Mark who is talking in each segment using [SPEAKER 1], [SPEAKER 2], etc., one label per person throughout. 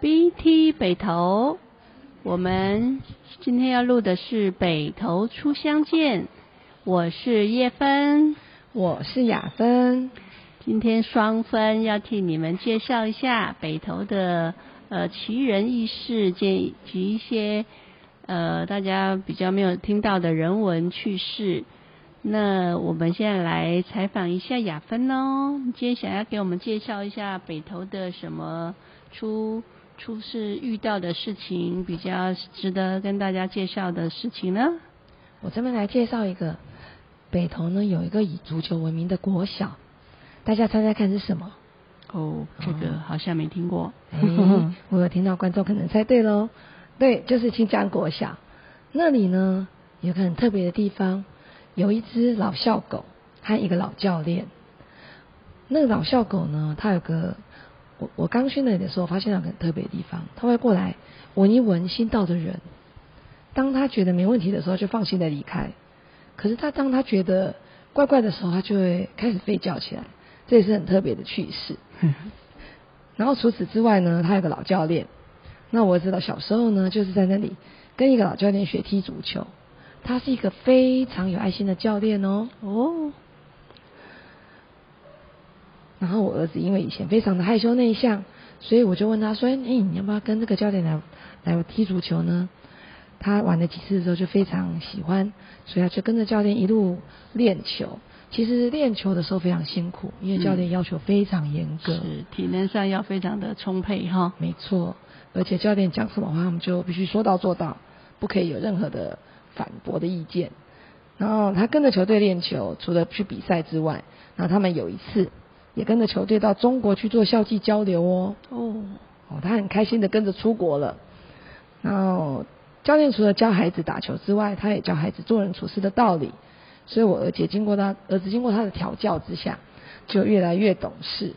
[SPEAKER 1] BT 北投，我们今天要录的是北投初相见，我是叶芬，
[SPEAKER 2] 我是雅芬。
[SPEAKER 1] 今天双芬要替你们介绍一下北投的呃奇人异事，及及一些呃大家比较没有听到的人文趣事。那我们现在来采访一下雅芬喽。你今天想要给我们介绍一下北投的什么出出事遇到的事情，比较值得跟大家介绍的事情呢？
[SPEAKER 2] 我这边来介绍一个北投呢，有一个以足球闻名的国小，大家猜猜看是什么？
[SPEAKER 1] 哦，这个好像没听过。
[SPEAKER 2] 哎， 我有听到观众可能猜对喽，对，就是清江国小。那里呢有个很特别的地方，有一只老校狗和一个老教练。那个老校狗呢，它有个我我刚去那里的时候，发现了个很特别的地方，它会过来闻一闻新到的人。当他觉得没问题的时候，就放心的离开。可是他当他觉得怪怪的时候，他就会开始吠叫起来，这也是很特别的趣事。然后除此之外呢，他有个老教练。那我知道小时候呢，就是在那里跟一个老教练学踢足球。他是一个非常有爱心的教练哦。
[SPEAKER 1] 哦，
[SPEAKER 2] 然后我儿子因为以前非常的害羞内向，所以我就问他说：“哎，你要不要跟这个教练来来踢足球呢？”他玩了几次之后就非常喜欢，所以他就跟着教练一路练球。其实练球的时候非常辛苦，因为教练要求非常严格。
[SPEAKER 1] 是体能上要非常的充沛哈。
[SPEAKER 2] 没错，而且教练讲什么话，我们就必须说到做到，不可以有任何的反驳的意见。然后他跟着球队练球，除了去比赛之外，然后他们有一次也跟着球队到中国去做校际交流哦。
[SPEAKER 1] 哦，
[SPEAKER 2] 哦，他很开心的跟着出国了。然后教练除了教孩子打球之外，他也教孩子做人处事的道理。所以我儿姐经过他儿子经过他的调教之下，就越来越懂事。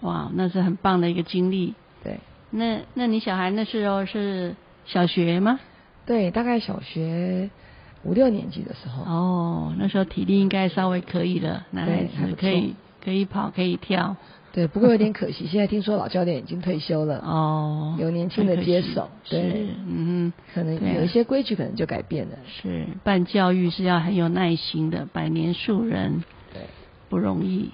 [SPEAKER 1] 哇，那是很棒的一个经历。
[SPEAKER 2] 对，
[SPEAKER 1] 那那你小孩那时候是小学吗？
[SPEAKER 2] 对，大概小学五六年级的时候，
[SPEAKER 1] 哦，那时候体力应该稍微可以了，男孩
[SPEAKER 2] 对还
[SPEAKER 1] 子
[SPEAKER 2] 不
[SPEAKER 1] 可以可以跑，可以跳。
[SPEAKER 2] 对，不过有点可惜， 现在听说老教练已经退休了，
[SPEAKER 1] 哦，
[SPEAKER 2] 有年轻的
[SPEAKER 1] 很可惜
[SPEAKER 2] 接手，
[SPEAKER 1] 是
[SPEAKER 2] 对，，
[SPEAKER 1] 嗯
[SPEAKER 2] 可能
[SPEAKER 1] 对啊
[SPEAKER 2] 有一些规矩可能就改变了
[SPEAKER 1] 哼，，是办教育是要很有耐心的，百年树人
[SPEAKER 2] 对。
[SPEAKER 1] 不容易。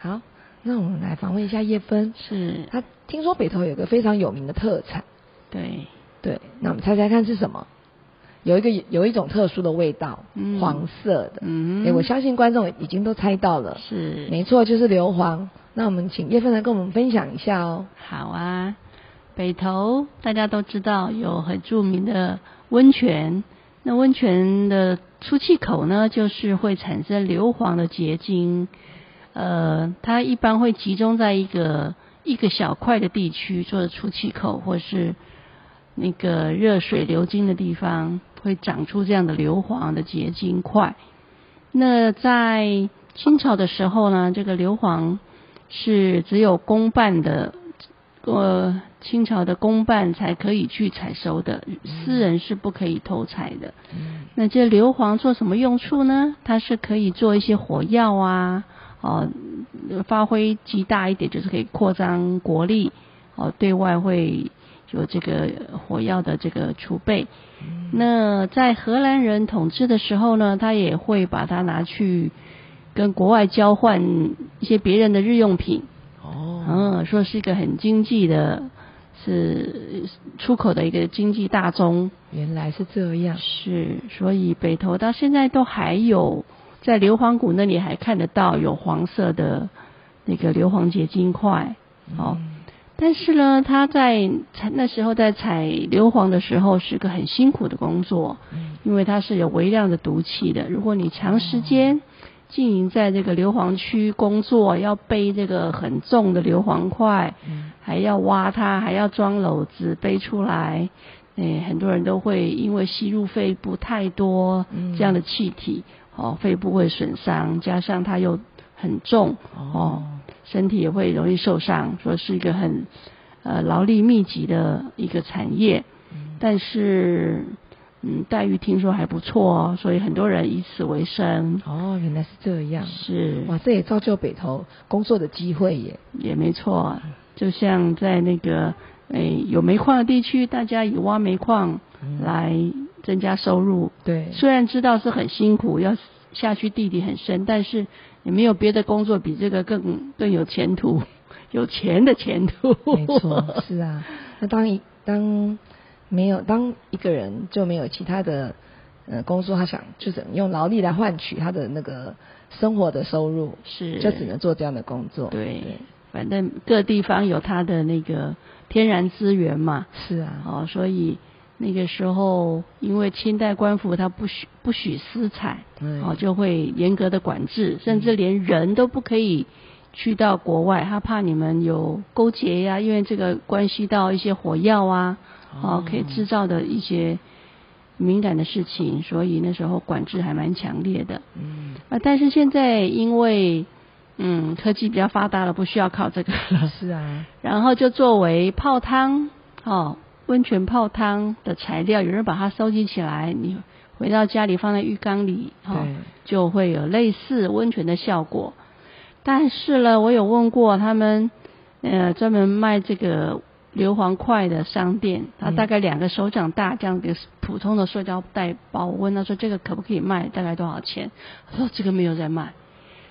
[SPEAKER 2] 好，那我们来访问一下叶芬，
[SPEAKER 1] 是，
[SPEAKER 2] 她听说北投有个非常有名的特产，
[SPEAKER 1] 对，
[SPEAKER 2] 对，那我们猜猜看是什么？有一个有一种特殊的味道，
[SPEAKER 1] 嗯
[SPEAKER 2] 黄色的。
[SPEAKER 1] 嗯
[SPEAKER 2] 诶我相信观众已经都猜到了，
[SPEAKER 1] 是
[SPEAKER 2] 没错，就是硫磺。那我们请叶芬来跟我们分享一下哦。
[SPEAKER 1] 好啊，北投大家都知道有很著名的温泉，那温泉的出气口呢，就是会产生硫磺的结晶，呃，它一般会集中在一个一个小块的地区做的出气口，或是那个热水流经的地方，会长出这样的硫磺的结晶块。那在清朝的时候呢，这个硫磺是只有公办的，呃，清朝的公办才可以去采收的，私人是不可以偷采的。那这硫磺做什么用处呢？它是可以做一些火药啊，哦、发挥极大一点，就是可以扩张国力，哦、对外会有这个火药的这个储备。那在荷兰人统治的时候呢，他也会把它拿去跟国外交换一些别人的日用品，
[SPEAKER 2] 哦，
[SPEAKER 1] 嗯，说是一个很经济的，是出口的一个经济大宗。
[SPEAKER 2] 原来是这样。
[SPEAKER 1] 是，所以北投到现在都还有在硫磺谷那里还看得到有黄色的那个硫磺结晶块，哦。但是呢，他在采那时候在采硫磺的时候是个很辛苦的工作，因为它是有微量的毒气的。如果你长时间经营在这个硫磺区工作，要背这个很重的硫磺块，
[SPEAKER 2] 嗯
[SPEAKER 1] 还要挖它，还要装篓子背出来。诶，很多人都会因为吸入肺部太多
[SPEAKER 2] 嗯
[SPEAKER 1] 这样的气体，哦，肺部会损伤，加上它又很重，哦，身体也会容易受伤，说是一个很呃劳力密集的一个产业。
[SPEAKER 2] 嗯
[SPEAKER 1] 但是，嗯，待遇听说还不错哦，所以很多人以此为生，
[SPEAKER 2] 哦，原来是这样。
[SPEAKER 1] 是
[SPEAKER 2] 哇，这也造就北投工作的机会耶。
[SPEAKER 1] 也没错。就像在那个诶有煤矿的地区，大家以挖煤矿
[SPEAKER 2] 嗯
[SPEAKER 1] 来增加收入。
[SPEAKER 2] 对，
[SPEAKER 1] 虽然知道是很辛苦，要下去地底很深，但是也没有别的工作比这个更更有前途， 有钱的前途。
[SPEAKER 2] 没 错，是啊。那当一当没有当一个人就没有其他的呃工作，他想就是用劳力来换取他的那个生活的收入，
[SPEAKER 1] 是
[SPEAKER 2] 就只能做这样的工作。
[SPEAKER 1] 对，反正各地方有它的那个天然资源嘛，
[SPEAKER 2] 是啊，
[SPEAKER 1] 哦，所以那个时候因为清代官府它不许不许私采，
[SPEAKER 2] 对
[SPEAKER 1] 哦，就会严格的管制，甚至连人都不可以去到国外，他怕你们有勾结呀、因为这个关系到一些火药啊，哦，可以制造的一些敏感的事情，所以那时候管制还蛮强烈的。
[SPEAKER 2] 嗯，
[SPEAKER 1] 啊，但是现在因为嗯科技比较发达了，不需要靠这个了，
[SPEAKER 2] 是啊，
[SPEAKER 1] 然后就作为泡汤哦，温泉泡汤的材料，有人把它收集起来，你回到家里放在浴缸里，哦
[SPEAKER 2] 对，
[SPEAKER 1] 就会有类似温泉的效果。但是呢，我有问过他们，呃，专门卖这个硫磺块的商店，它
[SPEAKER 2] 嗯
[SPEAKER 1] 大概两个手掌大，这样一个普通的塑胶袋包。我问他说这个可不可以卖，大概多少钱？他说这个没有在卖，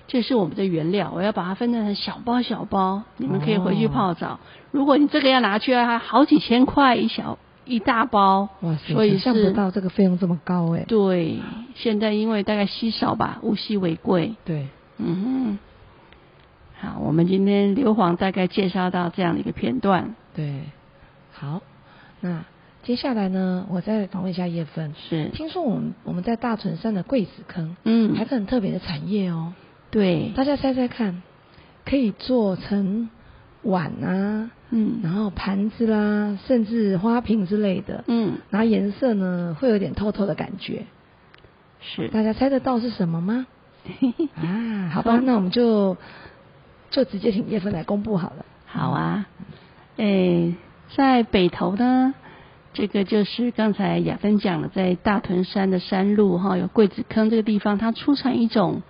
[SPEAKER 1] 这是我们的原料，我要把它分成小包小包，你们可以回去
[SPEAKER 2] 哦
[SPEAKER 1] 泡澡。如果你这个要拿去，还好几千块一小一大包，
[SPEAKER 2] 哇塞，
[SPEAKER 1] 所以
[SPEAKER 2] 想象不
[SPEAKER 1] 是
[SPEAKER 2] 到这个费用这么高哎。
[SPEAKER 1] 对。现在因为大概稀少吧，物稀为贵，
[SPEAKER 2] 对，
[SPEAKER 1] 嗯哼，好，我们今天硫磺大概介绍到这样的一个片段，
[SPEAKER 2] 对，好，那接下来呢，我再访问一下叶芬。
[SPEAKER 1] 是，
[SPEAKER 2] 听说我们我们在大屯山的桂子坑，
[SPEAKER 1] 嗯
[SPEAKER 2] 还，是很特别的产业哦。
[SPEAKER 1] 对，
[SPEAKER 2] 大家猜猜看，可以做成碗啊，然
[SPEAKER 1] 嗯
[SPEAKER 2] 后盘子啦，甚至花瓶之类的。
[SPEAKER 1] 嗯
[SPEAKER 2] 然后颜色呢，会有点透透的感觉。
[SPEAKER 1] 是，
[SPEAKER 2] 大家猜得到是什么吗？啊，好吧，
[SPEAKER 1] 嗯
[SPEAKER 2] 那我们就就直接请叶芬来公布好了。
[SPEAKER 1] 好啊，诶，在北投呢，这个就是刚才雅芬讲的，在大屯山的山路哈，有桂子坑这个地方，它出产一种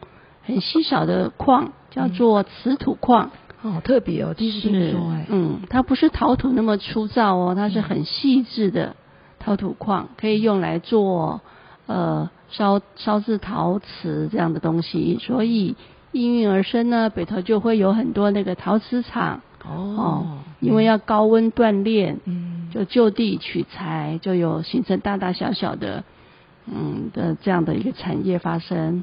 [SPEAKER 1] 很稀少的矿，叫做瓷土矿。
[SPEAKER 2] 哦，好特别哦，第一次听
[SPEAKER 1] 是
[SPEAKER 2] 说哎。嗯
[SPEAKER 1] 嗯，它不是陶土那么粗糙哦，它是很细致的陶土矿，可以用来做呃烧烧制陶瓷这样的东西，所以应运而生呢，北投就会有很多那个陶瓷厂
[SPEAKER 2] 哦
[SPEAKER 1] 哦，，因为要高温锻炼，
[SPEAKER 2] 嗯，
[SPEAKER 1] 就就地取材，就有形成大大小小的嗯的这样的一个产业发生。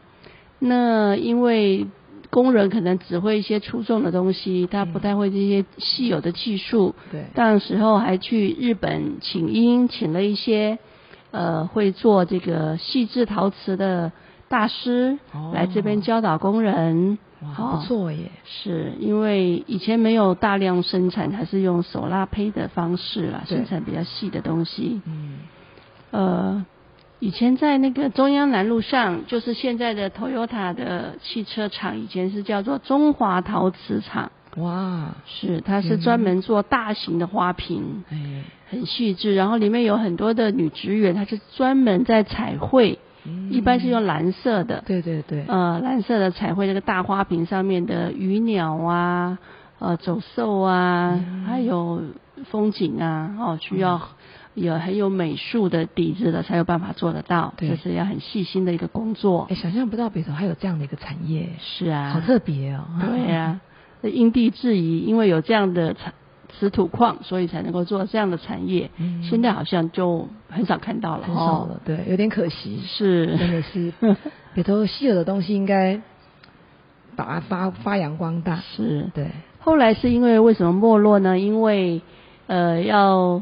[SPEAKER 1] 那因为工人可能只会一些粗重的东西，他不太会这些稀有的技术。
[SPEAKER 2] 对，
[SPEAKER 1] 当时候还去日本请缨，请了一些呃会做这个细致陶瓷的大师、
[SPEAKER 2] 哦
[SPEAKER 1] 来这边教导工人。
[SPEAKER 2] 哇，
[SPEAKER 1] 哦
[SPEAKER 2] 不错耶，
[SPEAKER 1] 是因为以前没有大量生产，还是用手拉胚的方式啦，
[SPEAKER 2] 对
[SPEAKER 1] 生产比较细的东西。
[SPEAKER 2] 嗯，
[SPEAKER 1] 呃，以前在那个中央南路上，就是现在的 Toyota 的汽车厂，以前是叫做中华陶瓷厂，
[SPEAKER 2] 哇，
[SPEAKER 1] 是它是专门做大型的花瓶，
[SPEAKER 2] 哎，
[SPEAKER 1] 很细致，然后里面有很多的女职员，她是专门在彩绘，
[SPEAKER 2] 嗯
[SPEAKER 1] 一般是用蓝色的，
[SPEAKER 2] 对对对，
[SPEAKER 1] 呃，蓝色的彩绘这个大花瓶上面的鱼鸟啊，呃，走兽啊，
[SPEAKER 2] 嗯
[SPEAKER 1] 还有风景啊，哦，需要有很有美术的底子的才有办法做得到，
[SPEAKER 2] 对
[SPEAKER 1] 这是要很细心的一个工作
[SPEAKER 2] 哎，。想象不到北投还有这样的一个产业，
[SPEAKER 1] 是啊，
[SPEAKER 2] 好特别哦，
[SPEAKER 1] 对啊 呀、那因地制宜，因为有这样的产瓷土矿，所以才能够做这样的产业。
[SPEAKER 2] 嗯
[SPEAKER 1] 现在好像就很少看到了，
[SPEAKER 2] 很少
[SPEAKER 1] 哦
[SPEAKER 2] 了，对，有点可惜，
[SPEAKER 1] 是，
[SPEAKER 2] 真 的是北投稀有的东西应该把它发发扬光大，
[SPEAKER 1] 是。
[SPEAKER 2] 对，
[SPEAKER 1] 后来是因为为什么没落呢？因为呃要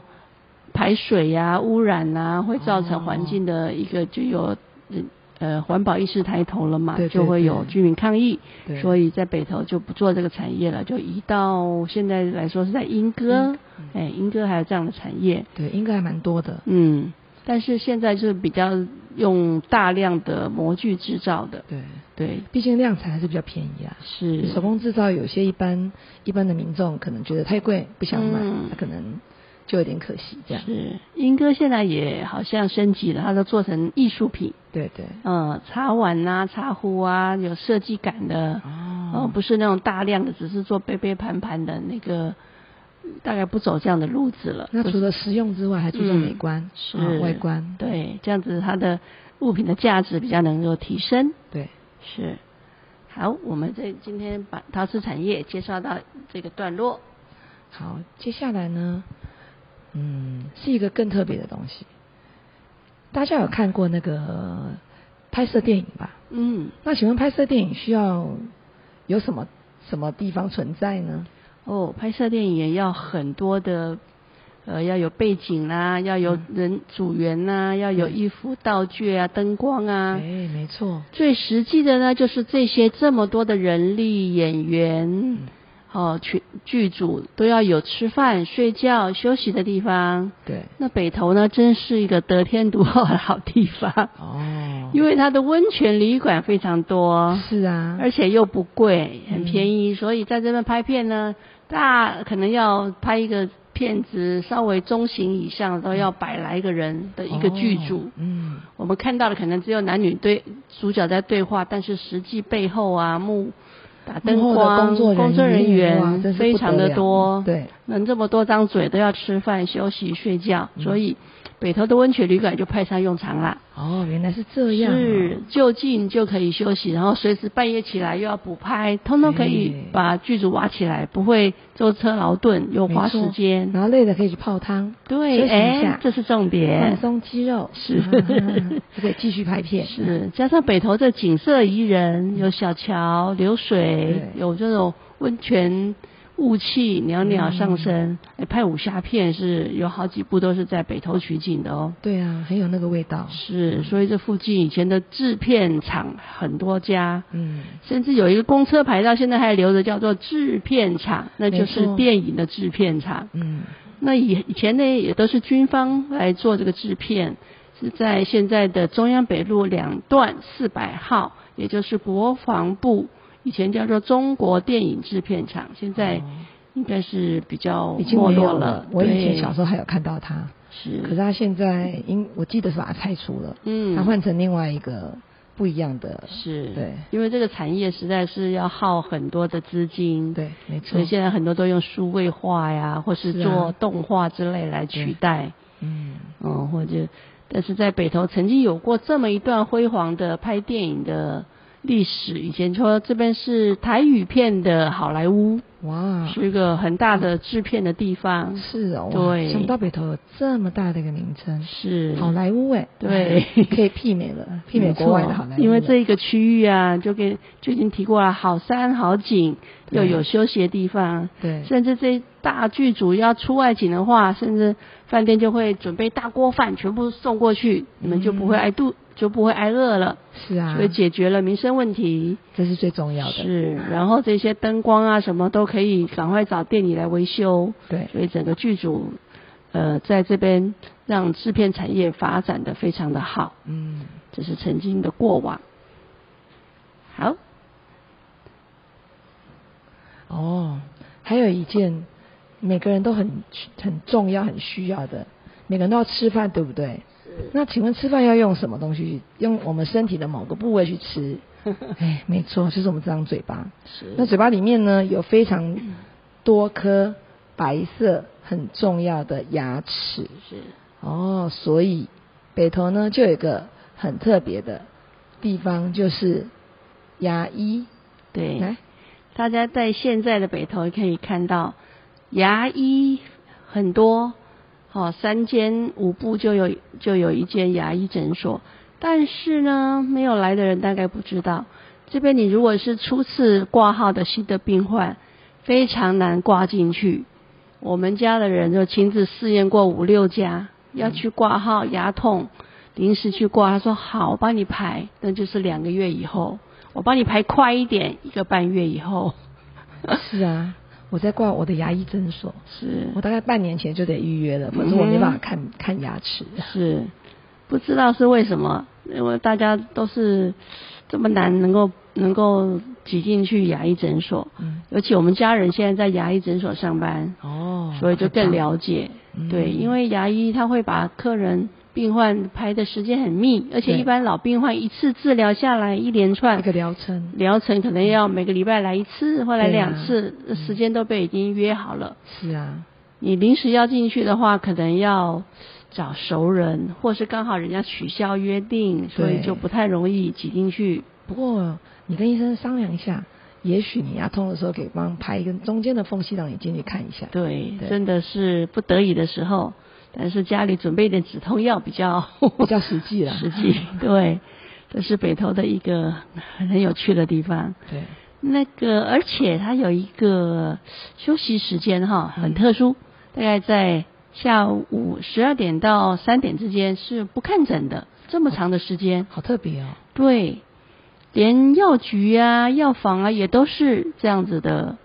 [SPEAKER 1] 排水呀、污染啊，会造
[SPEAKER 2] 哦
[SPEAKER 1] 成环境的一个就有嗯呃环保意识抬头了嘛，
[SPEAKER 2] 对对
[SPEAKER 1] 就会有
[SPEAKER 2] 对
[SPEAKER 1] 居民抗议，
[SPEAKER 2] 对
[SPEAKER 1] 所以在北投就不做这个产业了，就移到现在来说是在莺歌，哎，莺歌还有这样的产业，
[SPEAKER 2] 对，应该还蛮多的，
[SPEAKER 1] 嗯，但是现在就是比较用大量的模具制造的，
[SPEAKER 2] 对，
[SPEAKER 1] 对，
[SPEAKER 2] 毕竟量产还是比较便宜啊。
[SPEAKER 1] 是
[SPEAKER 2] 手工制造有些一般一般的民众可能觉得太贵，不想买，
[SPEAKER 1] 嗯
[SPEAKER 2] 那可能就有点可惜这样。
[SPEAKER 1] 是，英哥现在也好像升级了，它都做成艺术品，
[SPEAKER 2] 对对，
[SPEAKER 1] 呃，茶碗啊、茶壶啊，有设计感的，
[SPEAKER 2] 哦
[SPEAKER 1] 呃，不是那种大量的，只是做杯杯盘盘的那个大概不走这样的路子了。
[SPEAKER 2] 那
[SPEAKER 1] 就
[SPEAKER 2] 除
[SPEAKER 1] 是嗯
[SPEAKER 2] 了实用之外，还注重美观、
[SPEAKER 1] 是
[SPEAKER 2] 啊外观，
[SPEAKER 1] 对，这样子它的物品的价值比较能够提升。
[SPEAKER 2] 对，
[SPEAKER 1] 是，好，我们这今天把陶瓷产业介绍到这个段落。
[SPEAKER 2] 好，接下来呢，嗯，是一个更特别的东西。大家有看过那个拍摄电影吧？
[SPEAKER 1] 嗯，
[SPEAKER 2] 那请问拍摄电影需要有什么什么地方存在呢？
[SPEAKER 1] 哦，拍摄电影也要很多的，呃，要有背景啦，要有人组员啦，要有衣服、道具啊、灯光啊。
[SPEAKER 2] 哎，没错，
[SPEAKER 1] 最实际的呢，就是这些这么多的人力、演员，哦，群剧组都要有吃饭、睡觉、休息的地方。
[SPEAKER 2] 对，
[SPEAKER 1] 那北投呢，真是一个得天独厚的好地方，
[SPEAKER 2] 哦，
[SPEAKER 1] 因为它的温泉旅馆非常多，
[SPEAKER 2] 是啊，
[SPEAKER 1] 而且又不贵，很
[SPEAKER 2] 嗯
[SPEAKER 1] 便宜，所以在这边拍片呢，大可能要拍一个片子，稍微中型以上都要百来个人的一个剧组。
[SPEAKER 2] 哦嗯，
[SPEAKER 1] 我们看到的可能只有男女对主角在对话，但是实际背后啊幕打灯
[SPEAKER 2] 幕后的
[SPEAKER 1] 光、
[SPEAKER 2] 工作人员
[SPEAKER 1] 人
[SPEAKER 2] 哇
[SPEAKER 1] 员
[SPEAKER 2] 真是
[SPEAKER 1] 非
[SPEAKER 2] 不得
[SPEAKER 1] 常的
[SPEAKER 2] 了
[SPEAKER 1] 多，
[SPEAKER 2] 对，
[SPEAKER 1] 能这么多张嘴都要吃饭、休息、睡觉，
[SPEAKER 2] 嗯
[SPEAKER 1] 所以北投的温泉旅馆就派上用场啦。
[SPEAKER 2] 哦，原来是这样、
[SPEAKER 1] 是，就近就可以休息，然后随时半夜起来又要补拍，通通可以
[SPEAKER 2] 哎
[SPEAKER 1] 把剧组挖起来，不会舟车劳顿又
[SPEAKER 2] 没
[SPEAKER 1] 花
[SPEAKER 2] 错
[SPEAKER 1] 时间。
[SPEAKER 2] 然后累了可以去泡汤，休
[SPEAKER 1] 对，
[SPEAKER 2] 息一下
[SPEAKER 1] 哎，这是重
[SPEAKER 2] 放
[SPEAKER 1] 点。
[SPEAKER 2] 松肌肉，
[SPEAKER 1] 是
[SPEAKER 2] 啊 就可以继续拍片，
[SPEAKER 1] 是，加上北投这景色宜人，有小桥流水，
[SPEAKER 2] 对
[SPEAKER 1] 有这种温泉雾气袅袅上
[SPEAKER 2] 嗯
[SPEAKER 1] 升。哎，拍武侠片是有好几部都是在北投取景的哦。
[SPEAKER 2] 对啊，很有那个味道，嗯
[SPEAKER 1] 是，所以这附近以前的制片厂很多家，
[SPEAKER 2] 嗯，
[SPEAKER 1] 甚至有一个公车牌照现在还留着，叫做制片厂，那就
[SPEAKER 2] 没
[SPEAKER 1] 是
[SPEAKER 2] 错
[SPEAKER 1] 电影的制片厂。
[SPEAKER 2] 嗯，
[SPEAKER 1] 那以以前呢，也都是军方来做这个制片，是在现在的中央北路两段四百号，也就是国防部以前叫做中国电影制片厂，现在应该是比较
[SPEAKER 2] 哦已经
[SPEAKER 1] 没
[SPEAKER 2] 没有
[SPEAKER 1] 落
[SPEAKER 2] 了。我以前小时
[SPEAKER 1] 候
[SPEAKER 2] 候还有看到它，可是
[SPEAKER 1] 是，
[SPEAKER 2] 它现在因我记得是把它拆除了，
[SPEAKER 1] 嗯
[SPEAKER 2] 它换成另外一个不一样的，
[SPEAKER 1] 是，
[SPEAKER 2] 对
[SPEAKER 1] 因为这个产业实在是要耗很多的资金，，
[SPEAKER 2] 对，没错
[SPEAKER 1] 所以，现在很多都用数位化呀，或是
[SPEAKER 2] 是啊
[SPEAKER 1] 做动画之类来取
[SPEAKER 2] 对
[SPEAKER 1] 代。
[SPEAKER 2] 嗯，
[SPEAKER 1] 哦，或者，但是在北投曾经有过这么一段辉煌的拍电影的历史。以前说这边是台语片的好莱坞，
[SPEAKER 2] 哇，
[SPEAKER 1] 是一个很大的制片的地方，
[SPEAKER 2] 嗯是哦，哇
[SPEAKER 1] 对
[SPEAKER 2] 想不到北投有这么大的一个名称，
[SPEAKER 1] 是
[SPEAKER 2] 好莱坞哎，
[SPEAKER 1] 对
[SPEAKER 2] 可以媲美了，媲美
[SPEAKER 1] 没错
[SPEAKER 2] 国外的好莱坞了，
[SPEAKER 1] 因为这一个区域啊，就跟就已经提过了，好山好景，又
[SPEAKER 2] 对
[SPEAKER 1] 有休息的地方，
[SPEAKER 2] 对
[SPEAKER 1] 甚至这大剧组要出外景的话，甚至饭店就会准备大锅饭，全部送过去，你们就不会挨肚，就不会挨饿了。
[SPEAKER 2] 是嗯啊
[SPEAKER 1] 所，以解决了民生问题。
[SPEAKER 2] 这是最重要的，
[SPEAKER 1] 是，然后这些灯光啊什么都可以赶快找店里来维修，
[SPEAKER 2] 对，
[SPEAKER 1] 所以整个剧组呃在这边让制片产业发展的非常的好，
[SPEAKER 2] 嗯，
[SPEAKER 1] 这是曾经的过往。好，
[SPEAKER 2] 哦，还有一件每个人都很很重要、很需要的，每个人都要吃饭，对不对？那请问吃饭要用什么东西？用我们身体的某个部位去吃？哎，没错，就是我们这张嘴巴。
[SPEAKER 1] 是
[SPEAKER 2] 那嘴巴里面呢，有非常多颗白色很重要的牙齿。
[SPEAKER 1] 是
[SPEAKER 2] 哦，所以北投呢就有一个很特别的地方，就是牙医。
[SPEAKER 1] 对。
[SPEAKER 2] 来，
[SPEAKER 1] 大家在现在的北投可以看到，牙医很多，哦，三间五步就有就有一间牙医诊所。但是呢，没有来的人大概不知道，这边你如果是初次挂号的新的病患，非常难挂进去。我们家的人就亲自试验过五六家，要去挂号牙痛，临时去挂，他说好，我帮你排，那就是两个月以后，我帮你排快一点，一个半月以后，
[SPEAKER 2] 是啊，我在挂我的牙医诊所。
[SPEAKER 1] 是
[SPEAKER 2] 我大概半年前就得预约了，否则我没办法看、看牙齿。
[SPEAKER 1] 嗯是，不知道是为什么，因为大家都是这么难能够能够挤进去牙医诊所，
[SPEAKER 2] 嗯，
[SPEAKER 1] 尤其我们家人现在在牙医诊所上班，
[SPEAKER 2] 哦
[SPEAKER 1] 所以就更了解
[SPEAKER 2] 嗯。
[SPEAKER 1] 对，因为牙医他会把客人病患排的时间很密，而且
[SPEAKER 2] 对
[SPEAKER 1] 一般老病患一次治疗下来一连
[SPEAKER 2] 一
[SPEAKER 1] 串
[SPEAKER 2] 个疗程
[SPEAKER 1] 疗程，可能要每个礼拜来一次或来
[SPEAKER 2] 对啊
[SPEAKER 1] 两次，时间都被已经约好了。
[SPEAKER 2] 是啊，
[SPEAKER 1] 你临时要进去的话，可能要找熟人，或是刚好人家取消约定，所以
[SPEAKER 2] 对
[SPEAKER 1] 就不太容易挤进去。
[SPEAKER 2] 不过你跟医生商量一下，也许你牙痛的时候给帮忙排一个中间的缝隙，让你进去看一下。
[SPEAKER 1] 对，
[SPEAKER 2] 对
[SPEAKER 1] 真的是不得已的时候，但是家里准备一点止痛药比较
[SPEAKER 2] 比较实际啦
[SPEAKER 1] 实际，对，这是北投的一个很有趣的地方。
[SPEAKER 2] 对，
[SPEAKER 1] 那个，而且它有一个休息时间哈，
[SPEAKER 2] 嗯
[SPEAKER 1] 很特殊，大概在下午十二点到三点之间是不看诊的，这么长的时间，
[SPEAKER 2] 好特别哦。
[SPEAKER 1] 对，连药局啊、药房啊也都是这样子的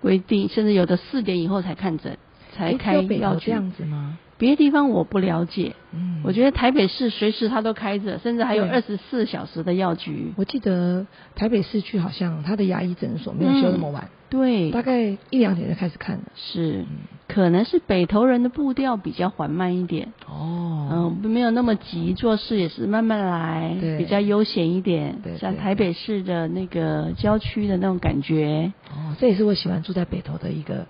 [SPEAKER 1] 规定，甚至有的四点以后才看诊，才
[SPEAKER 2] 诶
[SPEAKER 1] 开
[SPEAKER 2] 只有北
[SPEAKER 1] 药
[SPEAKER 2] 投这
[SPEAKER 1] 局。
[SPEAKER 2] 样子吗？
[SPEAKER 1] 别的地方我不了解，
[SPEAKER 2] 嗯
[SPEAKER 1] 我觉得台北市随时它都开着，甚至还有
[SPEAKER 2] 对
[SPEAKER 1] 二十四小时的药局。
[SPEAKER 2] 我记得台北市区好像他的牙医诊所没有休那么晚，
[SPEAKER 1] 对，
[SPEAKER 2] 大概一两点就开始看了。
[SPEAKER 1] 是
[SPEAKER 2] 嗯，
[SPEAKER 1] 可能是北投人的步调比较缓慢一点，
[SPEAKER 2] 哦，
[SPEAKER 1] 嗯，没有那么急，做事也是慢慢来
[SPEAKER 2] 对，
[SPEAKER 1] 比较悠闲一点
[SPEAKER 2] 对，
[SPEAKER 1] 像
[SPEAKER 2] 对
[SPEAKER 1] 台北市的那个郊区的那种感觉，
[SPEAKER 2] 哦，这也是我喜欢住在北投的一个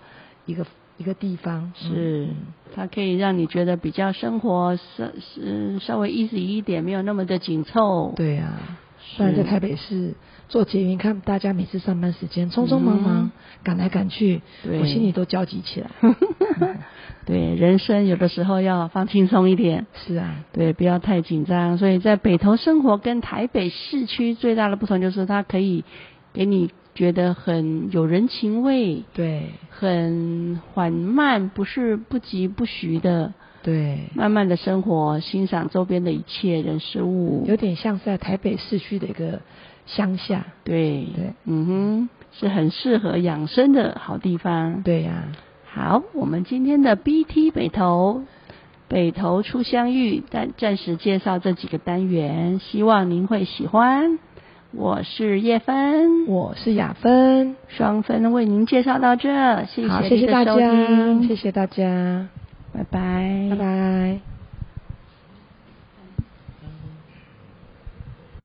[SPEAKER 2] 一个一个地方。
[SPEAKER 1] 是
[SPEAKER 2] 嗯嗯
[SPEAKER 1] 它可以让你觉得比较生活稍是稍微 easy 一点，没有那么的紧凑。
[SPEAKER 2] 对啊，
[SPEAKER 1] 是，
[SPEAKER 2] 不然在台北市坐捷运，看大家每次上班时间匆匆忙忙、赶来赶去，
[SPEAKER 1] 嗯对
[SPEAKER 2] 我心里都焦急起 来。
[SPEAKER 1] 对人生有的时候要放轻松一点。
[SPEAKER 2] 是啊，
[SPEAKER 1] 对，不要太紧张。所以在北投生活跟台北市区最大的不同就是，它可以给你觉得很有人情味，
[SPEAKER 2] 对
[SPEAKER 1] 很缓慢，不是不急不徐的，
[SPEAKER 2] 对，
[SPEAKER 1] 慢慢的生活，欣赏周边的一切人事物。
[SPEAKER 2] 有点像是在台北市区的一个乡下。
[SPEAKER 1] 对，
[SPEAKER 2] 对
[SPEAKER 1] 嗯哼，是很适合养生的好地方。
[SPEAKER 2] 对啊呀、
[SPEAKER 1] 好，我们今天的 BT 北投北投初相遇，暂暂时介绍这几个单元，希望您会喜欢。我是叶芬，
[SPEAKER 2] 我是雅芬，
[SPEAKER 1] 双芬为您介绍到这，谢
[SPEAKER 2] 好，
[SPEAKER 1] 谢
[SPEAKER 2] 谢谢
[SPEAKER 1] 您的
[SPEAKER 2] 大
[SPEAKER 1] 收
[SPEAKER 2] 家，
[SPEAKER 1] 听，嗯
[SPEAKER 2] 谢谢大家，
[SPEAKER 1] 拜拜，
[SPEAKER 2] 拜拜。